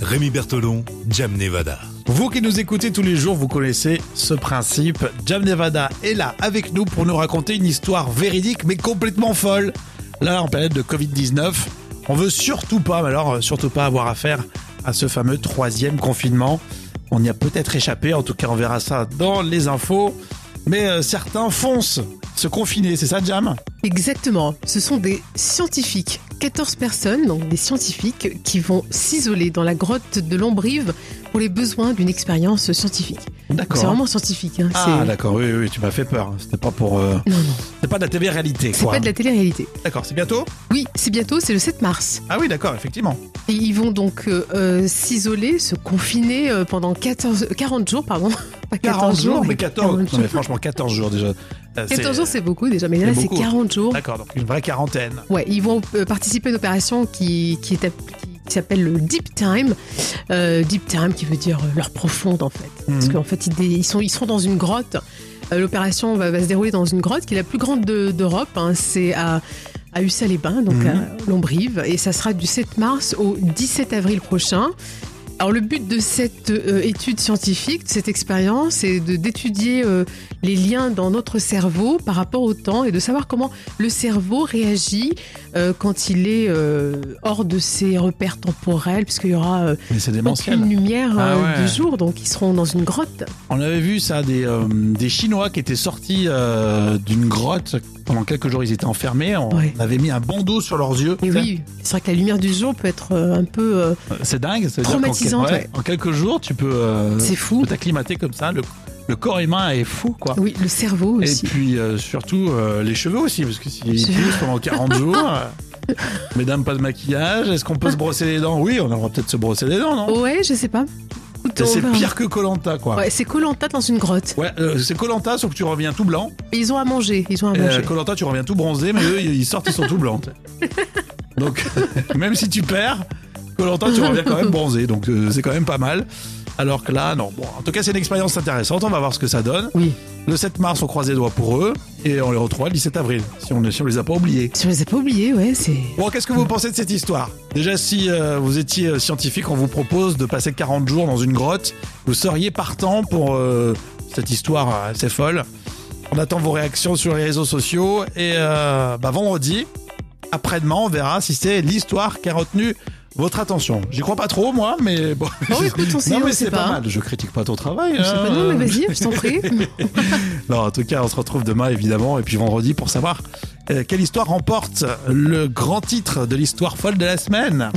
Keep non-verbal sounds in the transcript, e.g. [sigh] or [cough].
Rémi Bertolon, Jam Nevada. Vous qui nous écoutez tous les jours, vous connaissez ce principe. Jam Nevada est là avec nous pour nous raconter une histoire véridique mais complètement folle. Là, en période de Covid-19, on veut surtout pas, mais alors euh, surtout pas avoir affaire à ce fameux troisième confinement. On y a peut-être échappé, en tout cas on verra ça dans les infos. Mais euh, certains foncent se confiner, c'est ça Jam Exactement. Ce sont des scientifiques. 14 personnes, donc des scientifiques, qui vont s'isoler dans la grotte de Lombrive pour les besoins d'une expérience scientifique. Donc, C'est vraiment scientifique. hein. Ah C'est- d'accord, oui, oui, tu m'as fait peur. C'était pas pour... euh, Non, non. C'était pas de la télé-réalité, C'est quoi. pas de la télé-réalité. D'accord, c'est bientôt Oui, c'est bientôt, c'est le 7 mars. Ah oui, d'accord, effectivement. Et ils vont donc euh, euh, s'isoler, se confiner euh, pendant 14, euh, 40 jours, pardon. [laughs] Pas 14 jours, mais 14. Non, jours. mais franchement, 14 jours déjà. Euh, 14 jours, c'est beaucoup déjà, mais là, c'est c'est beaucoup. 40 jours. D'accord, donc une vraie quarantaine. Ouais, ils vont euh, participer à une opération qui, qui est app- qui- qui s'appelle le Deep Time. Euh, deep Time qui veut dire euh, l'heure profonde en fait. Parce Mhm. qu'en fait, ils, dé- ils sont, ils seront dans une grotte. Euh, L'opération va, va se dérouler dans une grotte qui est la plus grande de- d'Europe. hein. C'est à, à Ussat-les-Bains, donc à Lombrive. Et ça sera du 7 mars au 17 avril prochain. Alors le but de cette euh, étude scientifique, de cette expérience, c'est de- d'étudier euh, les liens dans notre cerveau par rapport au temps et de savoir comment le cerveau réagit euh, quand il est euh, hors de ses repères temporels, puisqu'il y aura euh, Mais c'est aucune démentiel. lumière Ah euh, ouais. du jour, donc ils seront dans une grotte. On avait vu ça, des, euh, des Chinois qui étaient sortis euh, d'une grotte. Pendant quelques jours, ils étaient enfermés. On Ouais. on avait mis un bandeau sur leurs yeux. Et oui, c'est vrai que la lumière du jour peut être euh, un peu, euh, Euh, C'est dingue. ça veut dire qu'en- Traumatisante, ouais. En quelques jours, tu peux euh, c'est tu fou. peux t'acclimater comme ça. Le, le corps humain est fou, quoi. Oui, le cerveau Et aussi. puis euh, surtout euh, les cheveux aussi, parce que s'ils Je- poussent pendant 40 [laughs] jours, euh, mesdames, pas de maquillage, est-ce qu'on peut se brosser les dents Oui, on va peut-être se brosser les dents, non Oh Ouais, je sais pas. Écoute, Et on C'est verra. pire que Colanta, quoi. Ouais, c'est Colanta dans une grotte. Ouais, euh, c'est Colanta, sauf que tu reviens tout blanc. Et ils ont à manger, ils ont Euh, à manger. Colanta, tu reviens tout bronzé, mais eux, ils sortent, ils sont tout blancs. [laughs] Donc, [laughs] même si tu perds, Colanta, tu reviens quand même bronzé. Donc, euh, c'est quand même pas mal. Alors que là, non. Bon, en tout cas, c'est une expérience intéressante. On va voir ce que ça donne. Oui. Le 7 mars, on croise les doigts pour eux et on les retrouve le 17 avril, si on, si on les a pas oubliés. Si on les a pas oubliés, ouais, c'est. Bon, qu'est-ce que vous pensez de cette histoire Déjà, si euh, vous étiez euh, scientifique, on vous propose de passer 40 jours dans une grotte. Vous seriez partant pour euh, cette histoire euh, assez folle. On attend vos réactions sur les réseaux sociaux. Et euh, bah, vendredi, après-demain, on verra si c'est l'histoire qui a retenu votre attention. J'y crois pas trop, moi, mais bon. Bon, Oh, écoute, [laughs] on sait, non, on mais sait c'est pas, pas. mal. Je critique pas ton travail. Je sais pas, hein. non, mais [laughs] vas-y, je t'en prie. Non, en tout cas, on se retrouve demain, évidemment, et puis vendredi pour savoir euh, quelle histoire remporte le grand titre de l'histoire folle de la semaine.